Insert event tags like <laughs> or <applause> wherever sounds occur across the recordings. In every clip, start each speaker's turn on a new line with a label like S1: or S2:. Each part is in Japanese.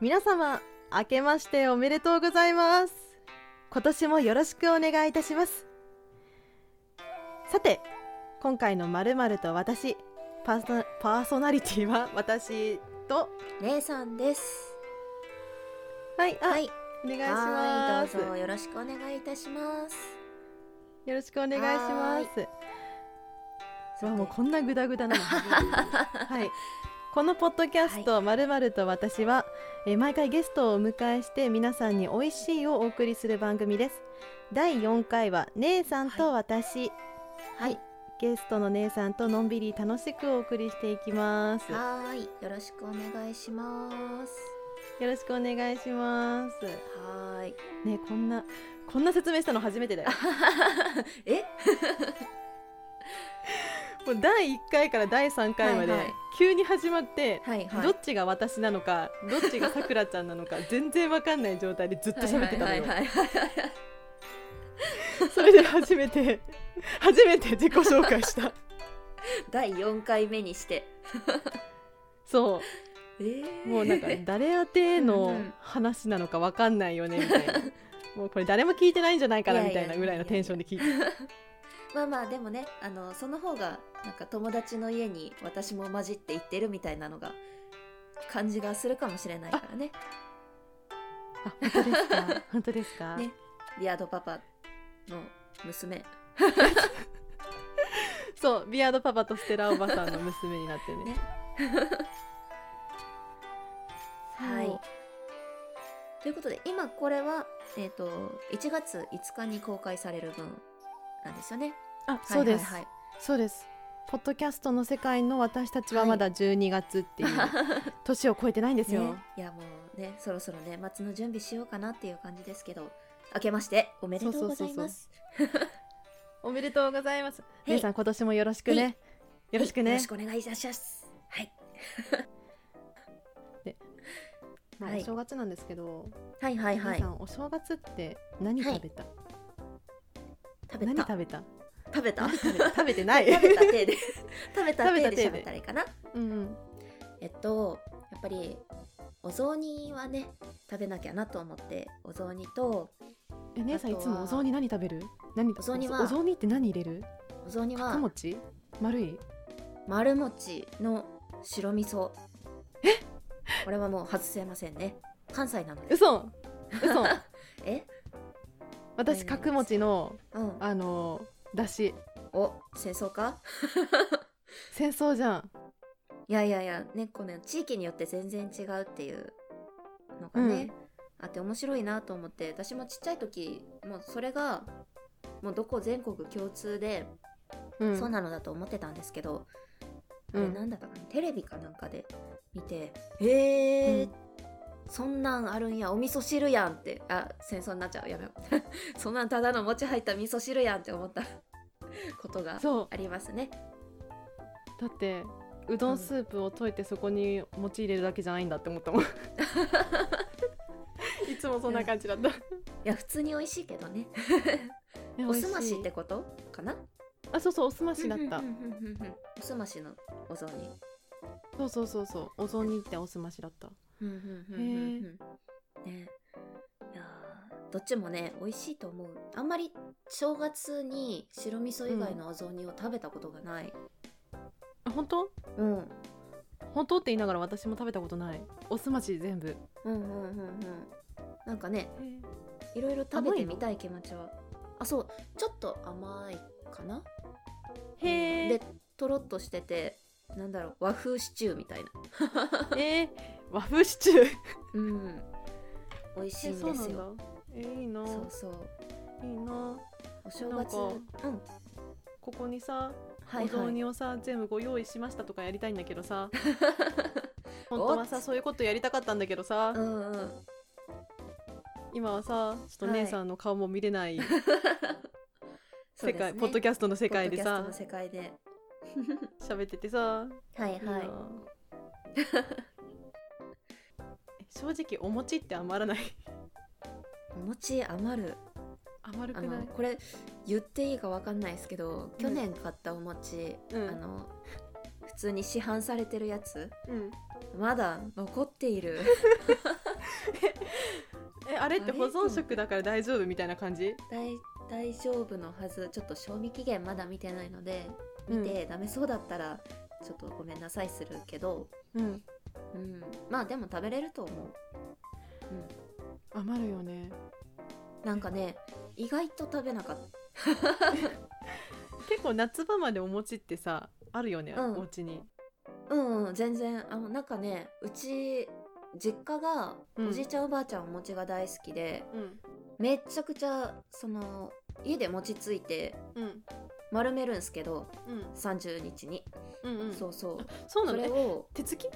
S1: 皆様明けましておめでとうございます今年もよろしくお願いいたしますさて今回のまるまると私パーソナパーソナリティは私と
S2: 姉さんです。
S1: はいあ、
S2: はい、
S1: お願いし
S2: は
S1: ま
S2: い、
S1: す
S2: どうぞよろしくお願いいたします。
S1: よろしくお願いします
S2: さ
S1: わ
S2: て
S1: もうこんなグダグダなの
S2: <laughs>
S1: はいこのポッドキャスト「まるまると私は」えー毎回ゲストをお迎えして皆さんに「おいしい」をお送りする番組です第4回は「姉さんと私」
S2: はい、
S1: ゲストの姉さんとのんびり楽しくお送りしていきますよ
S2: はーい、よろしくお願いします。
S1: ろしくお願いします
S2: はーい。
S1: ねこんなこんな説明したの初めてだよ
S2: え、
S1: もう第1回から第3回まで
S2: はいはい
S1: 急に始まって、
S2: はいはい。
S1: どっちが私なのかどっちがさくらちゃんなのか全然わかんない状態でずっと喋ってたのよ、
S2: はいはいはいはいはい
S1: それで初めて初めて自己紹介した
S2: <laughs> 第四回目にして。
S1: そ
S2: えー
S1: うもうなんか
S2: <laughs>
S1: 誰宛ての話なのかわかんないよねみ <laughs> たいなもうこれ誰も聞いてないんじゃないかない
S2: や
S1: み
S2: いや
S1: たいなぐらいのテンションで聞いて
S2: まあまあでもね、あのその方がなんか友達の家に私も混じって行ってるみたいなのが感じがするかもしれないからね。
S1: あ本当ですか <laughs> 本当ですか、
S2: ねリアードパパの娘。
S1: そうビアードパパとステラおばさんの娘になってね
S2: ね
S1: そう
S2: はいということで今これは、えー、と1月5日に公開される分なんですよね。
S1: あそうです、
S2: はい
S1: そうですポッドキャストの世界の私たちはまだ12月って <laughs> いう、
S2: はいはい
S1: 年を超えてないんですよ、
S2: ねいやもうねそろそろね末の準備しようかなっていう感じですけど明けましておめでとうございます。
S1: おめでとうございます
S2: い
S1: 姉さん今年もよろしく
S2: は
S1: ねよろしく
S2: はい
S1: ね
S2: よろしくお願いいたします。はい
S1: まあ
S2: はい
S1: お正月なんですけど、
S2: はいはいは
S1: 姉
S2: い
S1: さ。んお正月って何食べた、
S2: 食べ
S1: 何
S2: た
S1: 食べた
S2: <laughs> 食べた食べ <laughs> た
S1: 食べてない
S2: 食べた手 <laughs> で食べた手
S1: 食
S2: で
S1: べた手で
S2: 喋ったらいいかな。
S1: うんうん
S2: えっとやっぱりお雑煮はね食べなきゃなと思ってお雑煮と
S1: え姉さん
S2: あ
S1: い
S2: とは
S1: つもお雑煮何食べる何
S2: お雑煮は
S1: お雑煮って何入れる
S2: お雑煮は
S1: 角餅丸い
S2: 丸餅の白味噌えこれはもう外せませんね関西なので
S1: 嘘
S2: <laughs>
S1: 嘘
S2: え
S1: 私
S2: 何
S1: 角餅の
S2: うん
S1: あのだし
S2: お戦争か
S1: 戦争じゃん
S2: いやいやいやねこの地域によって全然違うっていうのがね、あって面白いなと思って私もちっちゃい時もうそれがもうどこ全国共通で、
S1: うん
S2: そうなのだと思ってたんですけど、
S1: う
S2: あれ
S1: ん
S2: なんだかなテレビかなんかで見て「へえ、
S1: うん
S2: そんなんあるんやお味噌汁やん」ってあ戦争になっちゃうやめよう <laughs> そんなんただの餅入った味噌汁やんって思った <laughs> ことが
S1: そう
S2: ありますね
S1: だってうどんスープを溶いてそこに餅入れるだけじゃないんだって思ったもん <laughs> いつもそんな感じだった
S2: いや普通に美味しいけどね
S1: ね
S2: おすまし
S1: 美味
S2: ってことかな
S1: あそうそうおすましだった
S2: うんうんうんうんうんおすましのお雑煮
S1: そうそうそうそうお雑煮っておすましだった
S2: うんうんうんうんうんねいやーどっちもね美味しいと思うあんまり正月に白味噌以外のお雑煮を食べたことがない、
S1: あ本当
S2: うん、うん
S1: 本当って言いながら私も食べたことないおすまし全部
S2: うんうんうんなんかねいろいろ食べてみたい気持ちはあそうちょっと甘いかな
S1: へえ
S2: でとろっとしててなんだろう和風シチューみたいな
S1: えー、和風シチュー
S2: うん美味しいん
S1: そう
S2: で
S1: な
S2: す
S1: んだ
S2: よ
S1: えーいいな
S2: そうそう
S1: いいな
S2: お正月
S1: なん
S2: うん
S1: ここにさ
S2: はい
S1: お雑
S2: はい
S1: 煮をさ全部ご用意しましたとかやりたいんだけど
S2: <laughs>
S1: さ本当は
S2: お
S1: さ
S2: っ
S1: そういうことやりたかったんだけどさ、
S2: うんうん
S1: 今はさちょっと姉さんの顔も見れない
S2: そう
S1: 世
S2: です
S1: 界、
S2: ね
S1: ポッドキャストの世界で
S2: ポ
S1: さ
S2: ッドキャストの世界で
S1: 喋っててさ、
S2: はい
S1: な
S2: は
S1: あ
S2: い
S1: 正直お餅って余らない
S2: お餅余る
S1: 余る
S2: あ
S1: くな
S2: の
S1: い
S2: これ言っていいかわかんないですけど去年買ったお餅、
S1: うん
S2: あの普通に市販されてるやつ
S1: うん
S2: <laughs> まだ残っている
S1: えあれって
S2: あれ
S1: 保存食だから大丈夫みたいな感じ
S2: 大大丈夫のはずちょっと賞味期限まだ見てないので見て、ダメそうだったらちょっとごめんなさいするけど、
S1: うん、うん、
S2: うん、まあでも食べれると思う
S1: 余るよね
S2: なんかね意外と食べなかった
S1: 結構夏場までお餅ってさあるよね、
S2: うん
S1: お家に
S2: うん、うん、全然あのなんかねうち実家が
S1: うん
S2: おじいちゃんおばあちゃんお餅が大好きで、
S1: うん
S2: めっちゃくちゃその家で餅ついて
S1: うん
S2: 丸めるんすけど
S1: うん
S2: 30日に、
S1: うんうん
S2: そうそう
S1: そうなの
S2: それ
S1: え
S2: を
S1: 手つき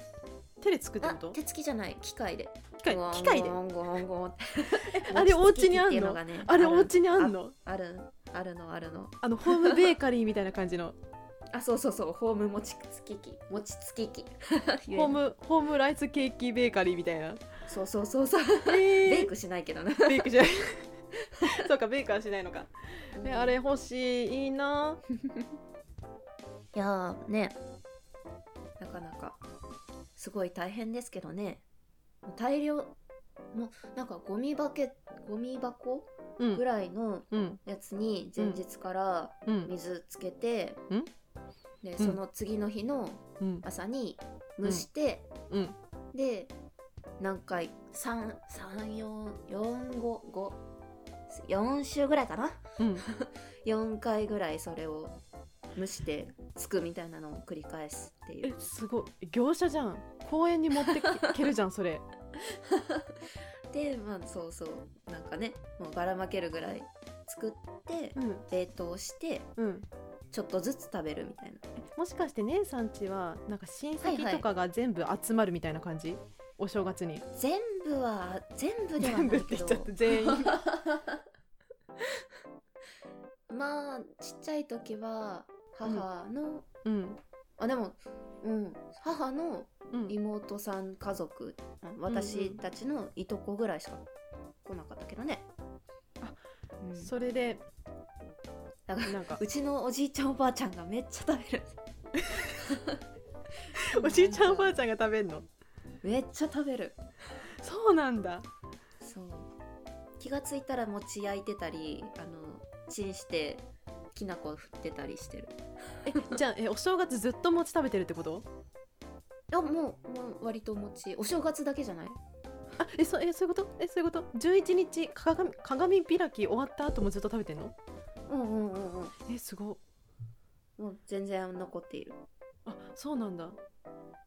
S1: 手で作って
S2: あ
S1: こと
S2: 手つきじゃない機械で
S1: 機械機械で
S2: ゴンゴンゴンゴンゴン <laughs>
S1: あれお家にあんの
S2: 餅つき機っていうがね
S1: あれ
S2: る
S1: お家にあんの
S2: あるあるのあるの
S1: あのホームベーカリーみたいな感じの
S2: あそうそうそうホーム餅つき機餅つき機
S1: <laughs> ホームホームライスケーキベーカリーみたいな
S2: <laughs> そうそうそうそう
S1: <laughs> え
S2: ベイクしない
S1: <laughs>
S2: けどな、
S1: ベークじゃないそうかベーカーはしないのかえあれ欲しいいいない
S2: やーねなかなかすごい大変ですけどねもう大量もうなんかゴミバケゴミ箱
S1: う
S2: ぐ
S1: ん
S2: らいの
S1: うん
S2: やつに前日から
S1: うん
S2: 水つけて、
S1: うん
S2: で
S1: うん
S2: その次の日の
S1: うん
S2: 朝に蒸して、
S1: うん
S2: で何回33445週ぐらいかな
S1: うん
S2: 4回ぐらいそれを蒸してつくみたいなのを繰り返すってい
S1: え
S2: う
S1: すごい業者じゃん公園に持ってけけるじゃんそ
S2: <laughs>
S1: れ
S2: でまあそうそうなんかねもうばらまけるぐらい作って
S1: うん
S2: 冷凍して
S1: うん
S2: ちょっとずつ食べるみたいな
S1: もしかして姉さんちはなんか親
S2: はいは
S1: 戚
S2: い
S1: とかが全部集まるみたいな感じ、お正月に
S2: 全部は全部では
S1: 全
S2: な
S1: 部っ
S2: い
S1: て言
S2: けど
S1: っちゃって全員
S2: まあちっちゃい時は母の、
S1: <laughs> うん
S2: あでもうん母の
S1: うん
S2: 妹さん家族私たちのいとこぐらいしか来なかったけどね、
S1: あ
S2: うん
S1: それで
S2: だから
S1: なん <laughs> か
S2: うちのおじいちゃんおばあちゃんがめっちゃ食べる
S1: <laughs> おじいちゃんおばあ
S2: ち
S1: ちゃんが食べんの
S2: ゃんめっちゃ食べる
S1: そうなんだ
S2: そう気がついたら餅焼いてたりあのチンしてきな粉振ってたりしてる
S1: えじゃあえお正月ずっと餅食べてるってこと
S2: あもうもう割とお餅お正月だけじゃない
S1: あえそえそういうことえそういうこと11日鏡鏡開き終わった後もずっと食べてんの
S2: うんうんうんうん
S1: えすごっ
S2: もう全然残っている
S1: あそうなんだ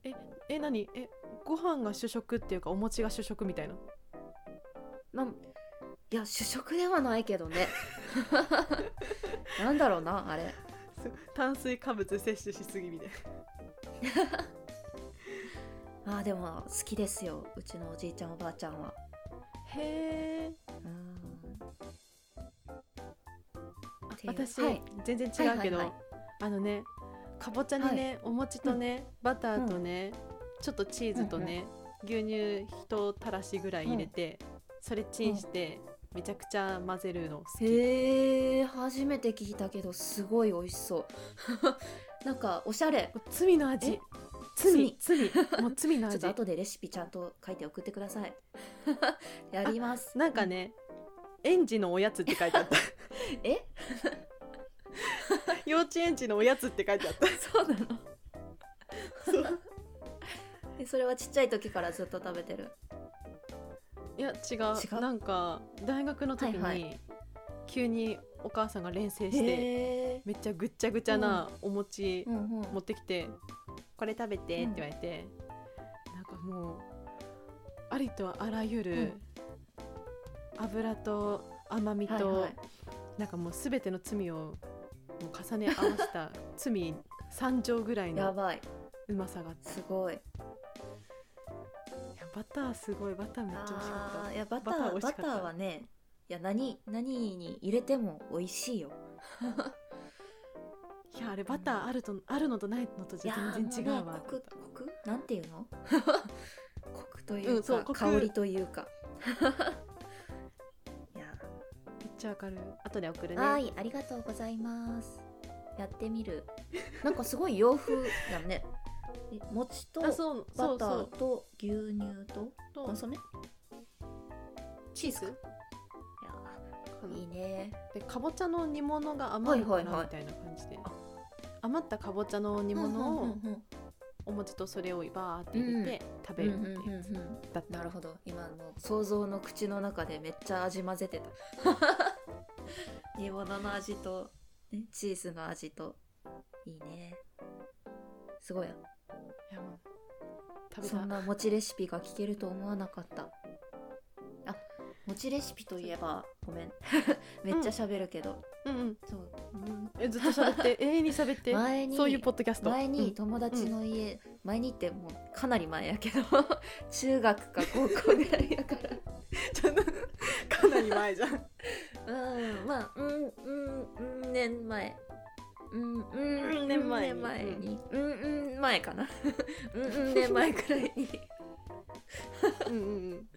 S1: ええ何えご飯が主食っていうかお餅が主食みたいな
S2: まあいや主食ではないけどね <laughs> なんだろうなあれ
S1: そう炭水化物摂取しすぎみたいな
S2: あーでも好きですようちのおじいちゃんおばあちゃんは
S1: へえ
S2: うんっていう
S1: 私、
S2: はい
S1: 全然違うけど、
S2: はいはいはい
S1: あのねかぼちゃにね、お餅とね、バターとね、ちょっとチーズとね、牛乳一たらしぐらい入れて、それチンして、めちゃくちゃ混ぜるの好き
S2: へえ初めて聞いたけどすごい美味しそう <laughs> なんかおしゃれ
S1: 罪の味
S2: え
S1: 罪罪もう罪の
S2: <laughs> ちょっ
S1: 味
S2: と後でレシピちゃんと書いて送ってください <laughs> やります
S1: なんかね園児のおやつって書いてあった
S2: <laughs> え
S1: 幼稚園児のおやつって書いてあ
S2: <laughs>
S1: った
S2: そうなの
S1: そう
S2: えそれはちっちゃい時からずっと食べてる
S1: いや違う
S2: 違う
S1: なんか大学の時に、
S2: はい
S1: 急にお母さんが連
S2: へ
S1: 成して
S2: え
S1: めっちゃぐっちゃぐちゃなお餅
S2: うんうん
S1: 持ってきて、これ食べてって言われて、なんかもうありとあらゆる油と甘みと、
S2: はいはい
S1: なんかもう全ての罪をもう重ね合わせ <laughs> た罪3乗ぐらい
S2: や
S1: の
S2: ばいう
S1: まさがあって
S2: すごい
S1: いやバターすごいバターめっちゃ美味しか
S2: あ
S1: っ
S2: ーいやバタ
S1: バター
S2: ー
S1: 美
S2: バ
S1: 味しか
S2: タ
S1: った
S2: ーはねいや何何に入れても美味しいよ
S1: たいやあれバターあるとあるのとないのと
S2: い
S1: じ
S2: や
S1: ゃ
S2: ー
S1: 全然違う
S2: も
S1: わ
S2: ねコクコクなんていう
S1: <laughs>
S2: のコクというか、
S1: うんそうコク
S2: 香りという
S1: <laughs>
S2: か <laughs> いや
S1: めっちゃわかる後で送るね
S2: はいありがとうございますやってみ <laughs> るなんかすごい洋風だねえ餅と
S1: あそう
S2: バ
S1: そう
S2: タ
S1: そ
S2: ー
S1: う
S2: と牛乳とコンソメ
S1: チーズ
S2: いや
S1: かない
S2: いね
S1: でかぼちゃの煮物が余るからみたいな感じで、
S2: はい
S1: 余ったかぼちゃの煮
S2: 煮
S1: 物
S2: 物
S1: を
S2: を
S1: お餅とそれをバーって入れて食べるっていうやつだった、
S2: なるほど今の想像の口の中でめっちゃ味混ぜてた <laughs> 煮物の味とねチーズの味といいねすごい
S1: いやもう食べ
S2: そ
S1: た
S2: んな餅レシピが聞けると思わなかったあ餅レシピといえばごめん <laughs> めっちゃ喋るけ
S1: う
S2: ど、
S1: んうん
S2: そう
S1: えずっと喋
S2: <laughs>
S1: って永遠に喋って
S2: 前に
S1: そういうポッドキャスト
S2: 前
S1: うん
S2: に友達の家、前にってもうかなり前やけ <laughs> ど中学か高校ぐらいやから
S1: ちょっとかなり前じゃん。
S2: <laughs> うんまあうんうんうん年前うんうん
S1: う
S2: うんん
S1: 年
S2: 年
S1: 前
S2: 前
S1: に
S2: にうんうん前かな <laughs> うんうん年前くらいに
S1: うんうん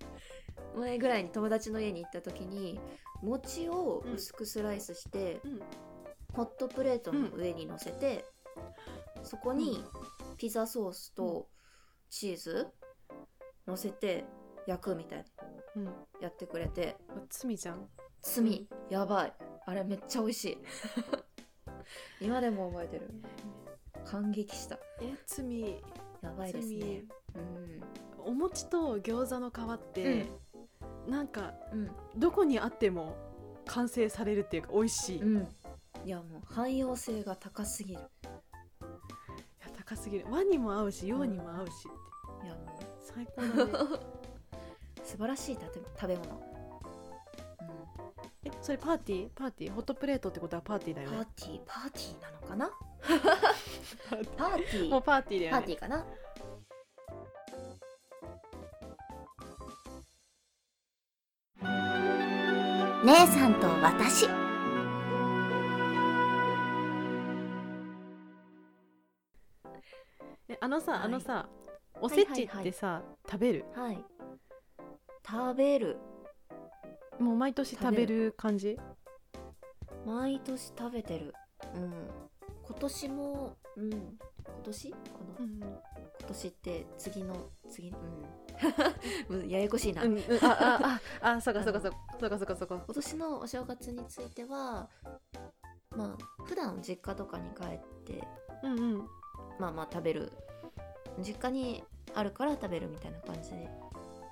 S2: 前ぐらいに友達の家に行った時に餅を薄くスライスして、
S1: うん。
S2: ホットプレートの上に乗せて、そこにピザソースとチーズ乗せて焼くみたいな
S1: うん。
S2: やってくれて
S1: 罪じゃん。
S2: 罪、やばいあれめっちゃ美味し
S1: <laughs>
S2: い今でも覚えてる感激した
S1: え、罪。
S2: やばいですねうん
S1: お餅と餃子の皮って、なんか
S2: うん
S1: どこにあっても完成されるっていうか美味しい。い
S2: うんいやもう汎用性が高すぎる
S1: や高すぎる。和にも合うし、洋にも合うしって。
S2: いやもう
S1: 最高だね。
S2: <laughs> 素晴らしいたて食べ物、
S1: え、それパーティーパーティーホットプレートってことはパーティーだ
S2: う
S1: よ
S2: ん、パー
S1: ね。
S2: ティーパーティーなの
S1: <laughs>
S2: かな
S1: パーティ
S2: パーティ
S1: もう
S2: ー
S1: パーティーだ
S2: パ
S1: よ
S2: ー
S1: ね
S2: ティ。ーかな
S3: 姉さんと私
S1: えあの
S2: はい
S1: さ、あのさ、おせちってさ、食べる
S2: はい食べる
S1: もう毎年食べる感じ
S2: 毎年食べてるうん今年もうん今年かな
S1: うん
S2: 今年って次の次のうん <laughs> うんややこしいな、
S1: うんうんあああ
S2: <laughs>
S1: あそうかそうかそうかそうかそうかそうか
S2: 今年のお正月についてはまあ普段実家とかに帰って
S1: うんうん
S2: まあまあ食べる実家にあるから食べるみたいな感じ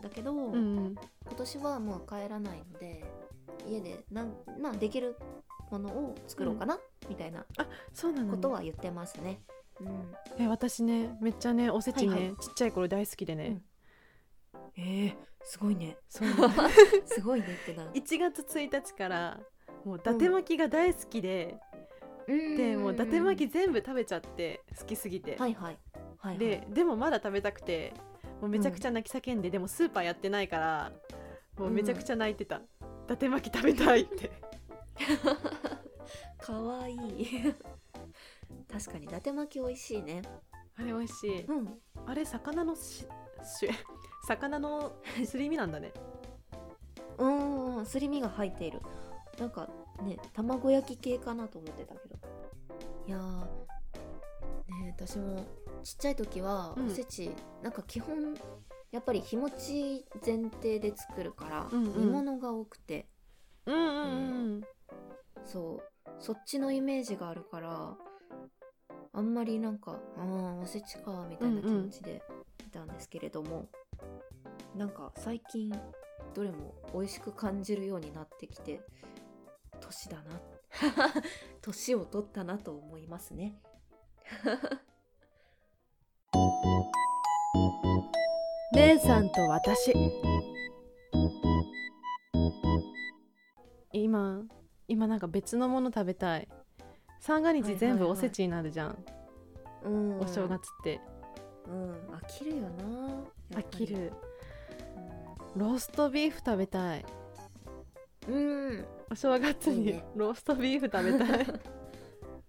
S2: だけど、
S1: うん
S2: 今年はもう帰らないので家でなんまあできるものを作ろうかな、みたいな
S1: そうなの、ね、
S2: ことは言ってますね。うん、
S1: え私ねめっちゃねおせちね、
S2: はいは
S1: ちっちゃい頃大好きでね、
S2: うんええすごいね
S1: そうなの
S2: <laughs>
S1: <laughs>
S2: すごいねってな。
S1: 1月1日からもう伊達巻きが大好きで、でもう伊達巻き全部食べちゃって好きすぎて、
S2: はいはいはい、はい、
S1: ででもまだ食べたくてもうめちゃくちゃ泣き叫んで、でもスーパーやってないからもうめちゃくちゃ泣いてた、伊達巻き食べたいって
S2: かわいい <laughs> 確かに伊達巻き美味しいね
S1: <laughs> あれ美味しい
S2: うん
S1: あれ魚の <laughs> しし魚のすり身なんだね
S2: うんうんすり身が入っているなんかね卵焼き系かなと思ってたけどいやーね私もちっちゃい時は
S1: うん
S2: おせち、なんか基本やっぱり日持ち前提で作るから、
S1: うんうん
S2: 煮物が多くて
S1: うんうんうん
S2: そうそっちのイメージがあるからあんまりなんか「ああおせちか」みたいな気持ちでいたんですけれども、なんか最近どれも美味しく感じるようになってきて年だな <laughs> 年を取ったなと思いますね。
S1: 姉さんと私今今なんか別のもの食べたい三が日全部
S2: はいはいはい
S1: おせちになるじゃん、
S2: うん、
S1: お正月って
S2: うん飽きるよなやっぱり
S1: 飽きるローストビーフ食べたい
S2: うん
S1: お正月
S2: いい
S1: に
S2: ね
S1: ローストビーフ食べた
S2: <laughs>
S1: い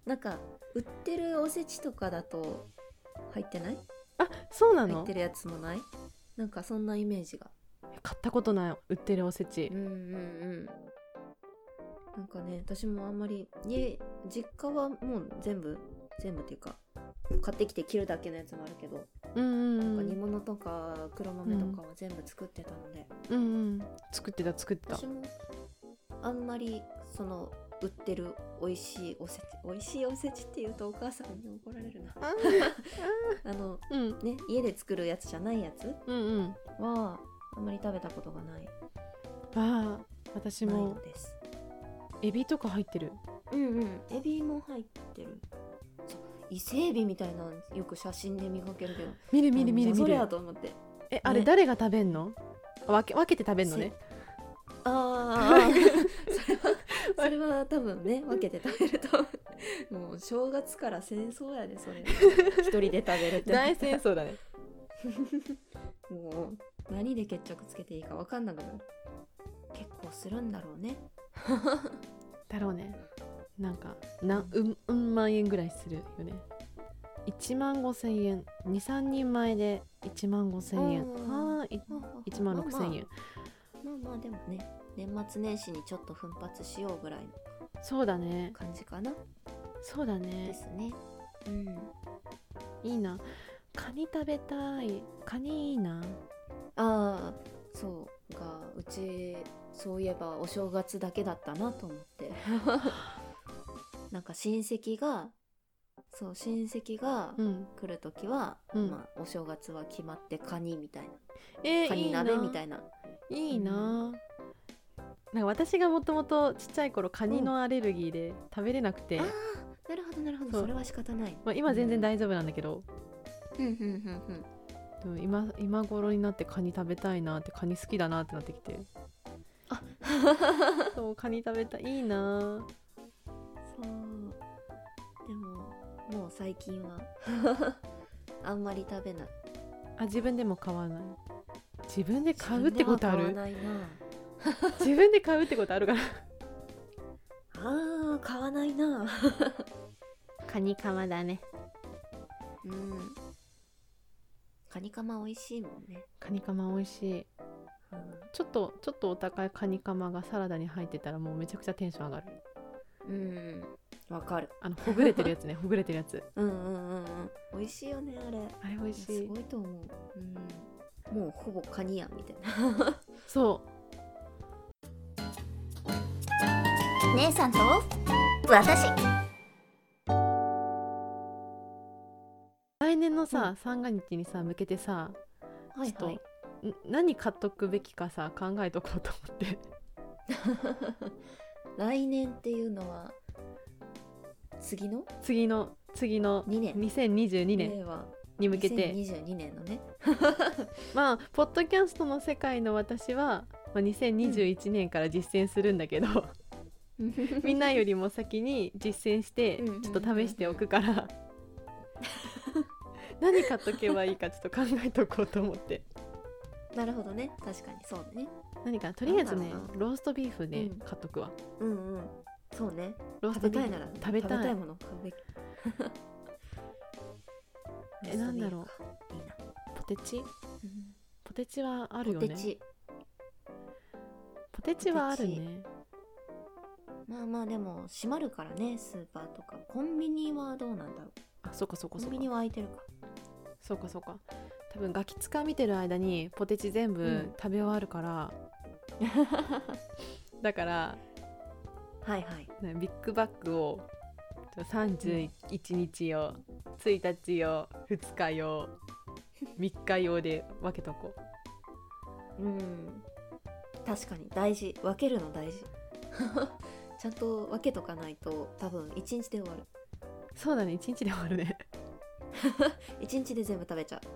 S2: なんか売ってるおせちとかだと入ってない
S1: あそうな
S2: 入っ
S1: の
S2: てるやつもないなんかそんなイメージが
S1: 買ったことない売ってるおせち
S2: うんうんうんなんかね私もあんまり家実家はもう全部全部っていうか買ってきて切るだけのやつもあるけど
S1: うんうんう
S2: 煮
S1: ん
S2: 物とか黒豆とかは全部作ってたので、
S1: うんうん作ってた作ってた
S2: 私もあんまりその売ってる美味しいおせち美味しいおせちっていうとお母さんに怒られるなあの
S1: うん
S2: ね家で作るやつじゃないやつ
S1: うんうん
S2: はあんまり食べたことがない
S1: ああ私
S2: ない
S1: も
S2: のです
S1: エビとか入ってる
S2: うんうんエビも入ってるそう伊勢エビみたいなのよく写真で見かけるけど
S1: 見る見る見る
S2: なんだ
S1: 見
S2: それ
S1: る
S2: やと思って
S1: えあれ誰が食べんの分け分けて食べんのね
S2: <laughs> あ <laughs> あそれはそれは多分ね分けて食べるともう正月から戦争やで
S1: <laughs>
S2: それ一人で食べるってな
S1: 大
S2: った
S1: 戦
S2: ら
S1: 争だね
S2: もう何で決着つけていいか分かんなくなる結構するんだろうね
S1: だろうねなんか何うんうん万円ぐらいするよね1万5千円23人前で1万5千円
S2: うん
S1: はーい1万6千円
S2: まあまあまあまあでもね年末年始にちょっと奮発しようぐらいの
S1: そうだね
S2: 感じかな
S1: そうだ
S2: で
S1: ね
S2: すねうん
S1: いいなカニ食べたいカニいいな
S2: ああそうかうちそういえばお正月だけだったなと思ってなんか親戚がそう親戚が
S1: うん
S2: 来る時は、
S1: うん
S2: まあ、お正月は決まってカニみたいな、
S1: えー
S2: カニ鍋みた
S1: い
S2: いない
S1: いななんか私がもともとちっちゃい頃カニのアレルギーで食べれなくて、
S2: ああなるほどなるほ
S1: そ
S2: ど
S1: う
S2: それは仕方ない
S1: まあ、今全然大丈夫なんだけど、
S2: うんうんうん
S1: でも今今頃になってカニ食べたいなってカニ好きだなってなってきて
S2: あ
S1: <laughs> そうカニ食べたいいいな
S2: うんそうでももう最
S1: <laughs>
S2: 近はあんまり食べない
S1: あ自分でも買わない自分で買うってことあ
S2: 自分
S1: る
S2: では買わないな
S1: 自分で買うってことあるから
S2: あー買わないな
S1: <laughs> カニカマだね
S2: うん。カニカマ美味しいもんね。
S1: カニカマ美味しいちょっとちょっとお高いカニカマがサラダに入ってたらもうめちゃくちゃテンション上がる
S2: うん。わかる。
S1: あのほぐれてるやつねほぐれてるやつ
S2: うんうんうんうん。美味しいよねあれ。
S1: あれ美味し
S2: す
S1: い
S2: ごいと思う。うん。もうほぼカニやんみたい <laughs> な。
S1: そう
S3: 姉さんと私
S1: 来年のさ、三が日にさ向けてさ
S2: はい
S1: ちょっと。ん何買っとくべきかさ考えとこうと思って <laughs>
S2: 来年っていうのは次の
S1: 次の次の
S2: 2年
S1: 2022年
S2: 令和
S1: に向けて、
S2: 2022年の <laughs> ね。
S1: まあポッドキャストの世界の私は、まあ、2021年から実践するんだけど、みんなよりも先に実践して
S2: うん
S1: ちょっと試しておくから
S2: <laughs>
S1: 何買っとけばいいかちょっと考えとこうと思って
S2: なるほどね。確かにそうね。
S1: 何かとりあえずね
S2: なんだろ
S1: ローストビーフね、
S2: うん
S1: 買っとくわ
S2: うんうん。そうね。
S1: ロース
S2: 食べ
S1: トビーフ
S2: たいなら
S1: 食べたい
S2: ものを買うべき
S1: えなんだろう
S2: いいな、
S1: ポテチポテチはあるよ
S2: ポ
S1: ね
S2: テチ
S1: ポテチはある
S2: ポ
S1: ね
S2: まあまあでも閉まるからねスーパーとかコンビニはどうなんだろう
S1: あそうかそう
S2: コ
S1: かそ
S2: ン
S1: う
S2: ビ
S1: か
S2: ニは空いてるか
S1: そうかそうか多分ガキ使見てる間にポテチ全部
S2: ん
S1: 食べ終わる
S2: <laughs>
S1: から、だから
S2: はいはい
S1: ねビッグバッグをちょ31日用、1日用2日用3日用で分けとこう
S2: うん確かに大事分けるの大事 <laughs> ちゃんと分けとかないと多分1日で終わる
S1: そうだね1日で終わるね
S2: 1日で全部食べちゃう
S1: <laughs>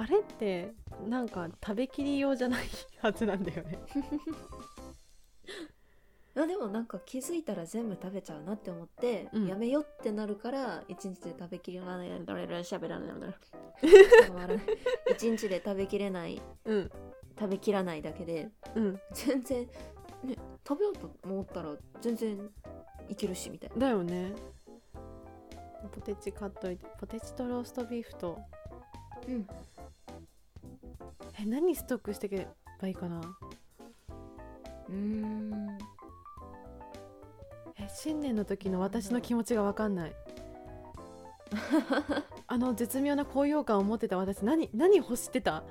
S1: あれってなんか食べきり用じゃないはずなんだよね
S2: あでもなんか気づいたら全部食べちゃうなって思って、
S1: うん
S2: やめよってなるから一日で食べきれないだれだしゃべらない <laughs> だれ一日で食べきれない
S1: うん
S2: 食べきらないだけで
S1: うん
S2: 全然、ね、食べようと思ったら全然いけるしみたいな
S1: だよねポテチ買っといてポテチとローストビーフと
S2: うん
S1: え何ストックしていけばいいかな
S2: うん
S1: <laughs> え新年の時の私の気持ちが分かんないあの絶妙な高揚感を持ってた私何何欲してた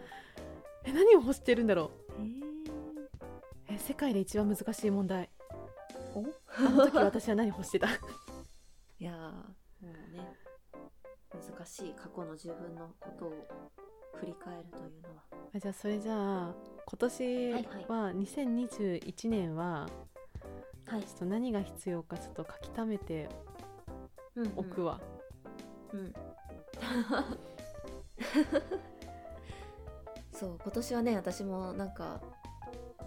S1: え何を欲してるんだろうえ世界で一番難しい問題
S2: お
S1: あの時私は何欲 <laughs> してた
S2: いやーもうね難しい過去の自分のことを振り返るというのは
S1: あじゃあそれじゃあ今年
S2: はい
S1: は2021年は
S2: はい
S1: ちょっと何が必要かちょっと書き溜めておくわ、
S2: うん <laughs> そう今年はね私もなんか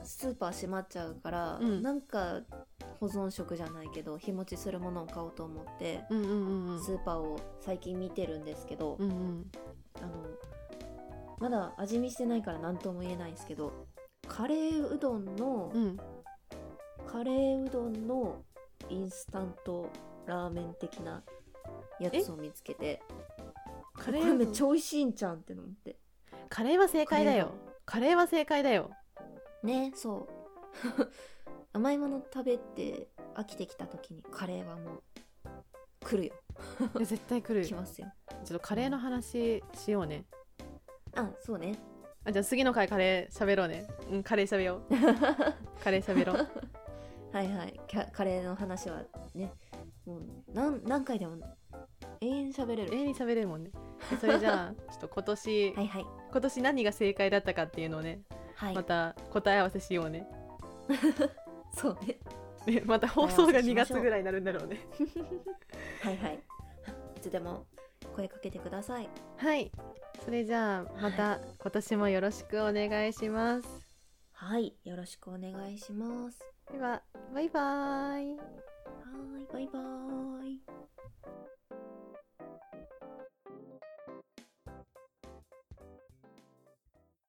S2: スーパー閉まっちゃうから、
S1: うん
S2: なんか保存食じゃないけど日持ちするものを買おうと思って、
S1: うん、うんうんうん
S2: スーパーを最近見てるんですけど、
S1: うんうん
S2: あのまだ味見してないから何とも言えないんですけどカレーうどんの、
S1: うん
S2: カレーうどんのインスタントラーメン的なやつを見つけて
S1: カ
S2: これ
S1: レーうどん
S2: めっちゃ美味しいんじゃんって思って
S1: カレーは正解だよカレーは正解だよ
S2: ねそう甘いもの食べて飽きてきた時にカレーはもう来るよ
S1: いや絶対来る
S2: 来
S1: ちょ
S2: ますよ
S1: っとカレーの話しようね
S2: あそうね
S1: あじゃあ次の回カレー喋ろうねうんカレー喋よう
S2: <laughs>
S1: カレー喋ろう
S2: はいはいキャカレーの話はねもう何何回でも永遠喋れ
S1: 永
S2: る
S1: 遠に喋れるもんねでそれじゃあちょっと今年、
S2: はいはい
S1: 今年何が正解だったかっていうのをね
S2: はい、
S1: また答え合わせしようね
S2: そうね
S1: ねまた放送が
S2: 答え合わせし
S1: 2
S2: ましょう
S1: 月ぐらいになるんだろうね
S2: はいはいいつでも声かけてください
S1: はいそれじゃあまた今年もよろしくお願いします
S2: はいよろしくお願いします
S1: ではバイバーイ
S2: はーいバイバーイ